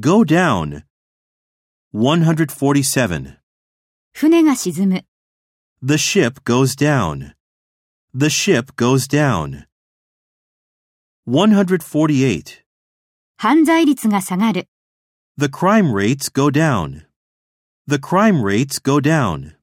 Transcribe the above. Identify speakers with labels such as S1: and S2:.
S1: Go down. 147.
S2: 船が沈む、
S1: The ship goes down. The ship goes down. 148.
S2: 犯罪率が下がる。
S1: The crime rates go down. The crime rates go down.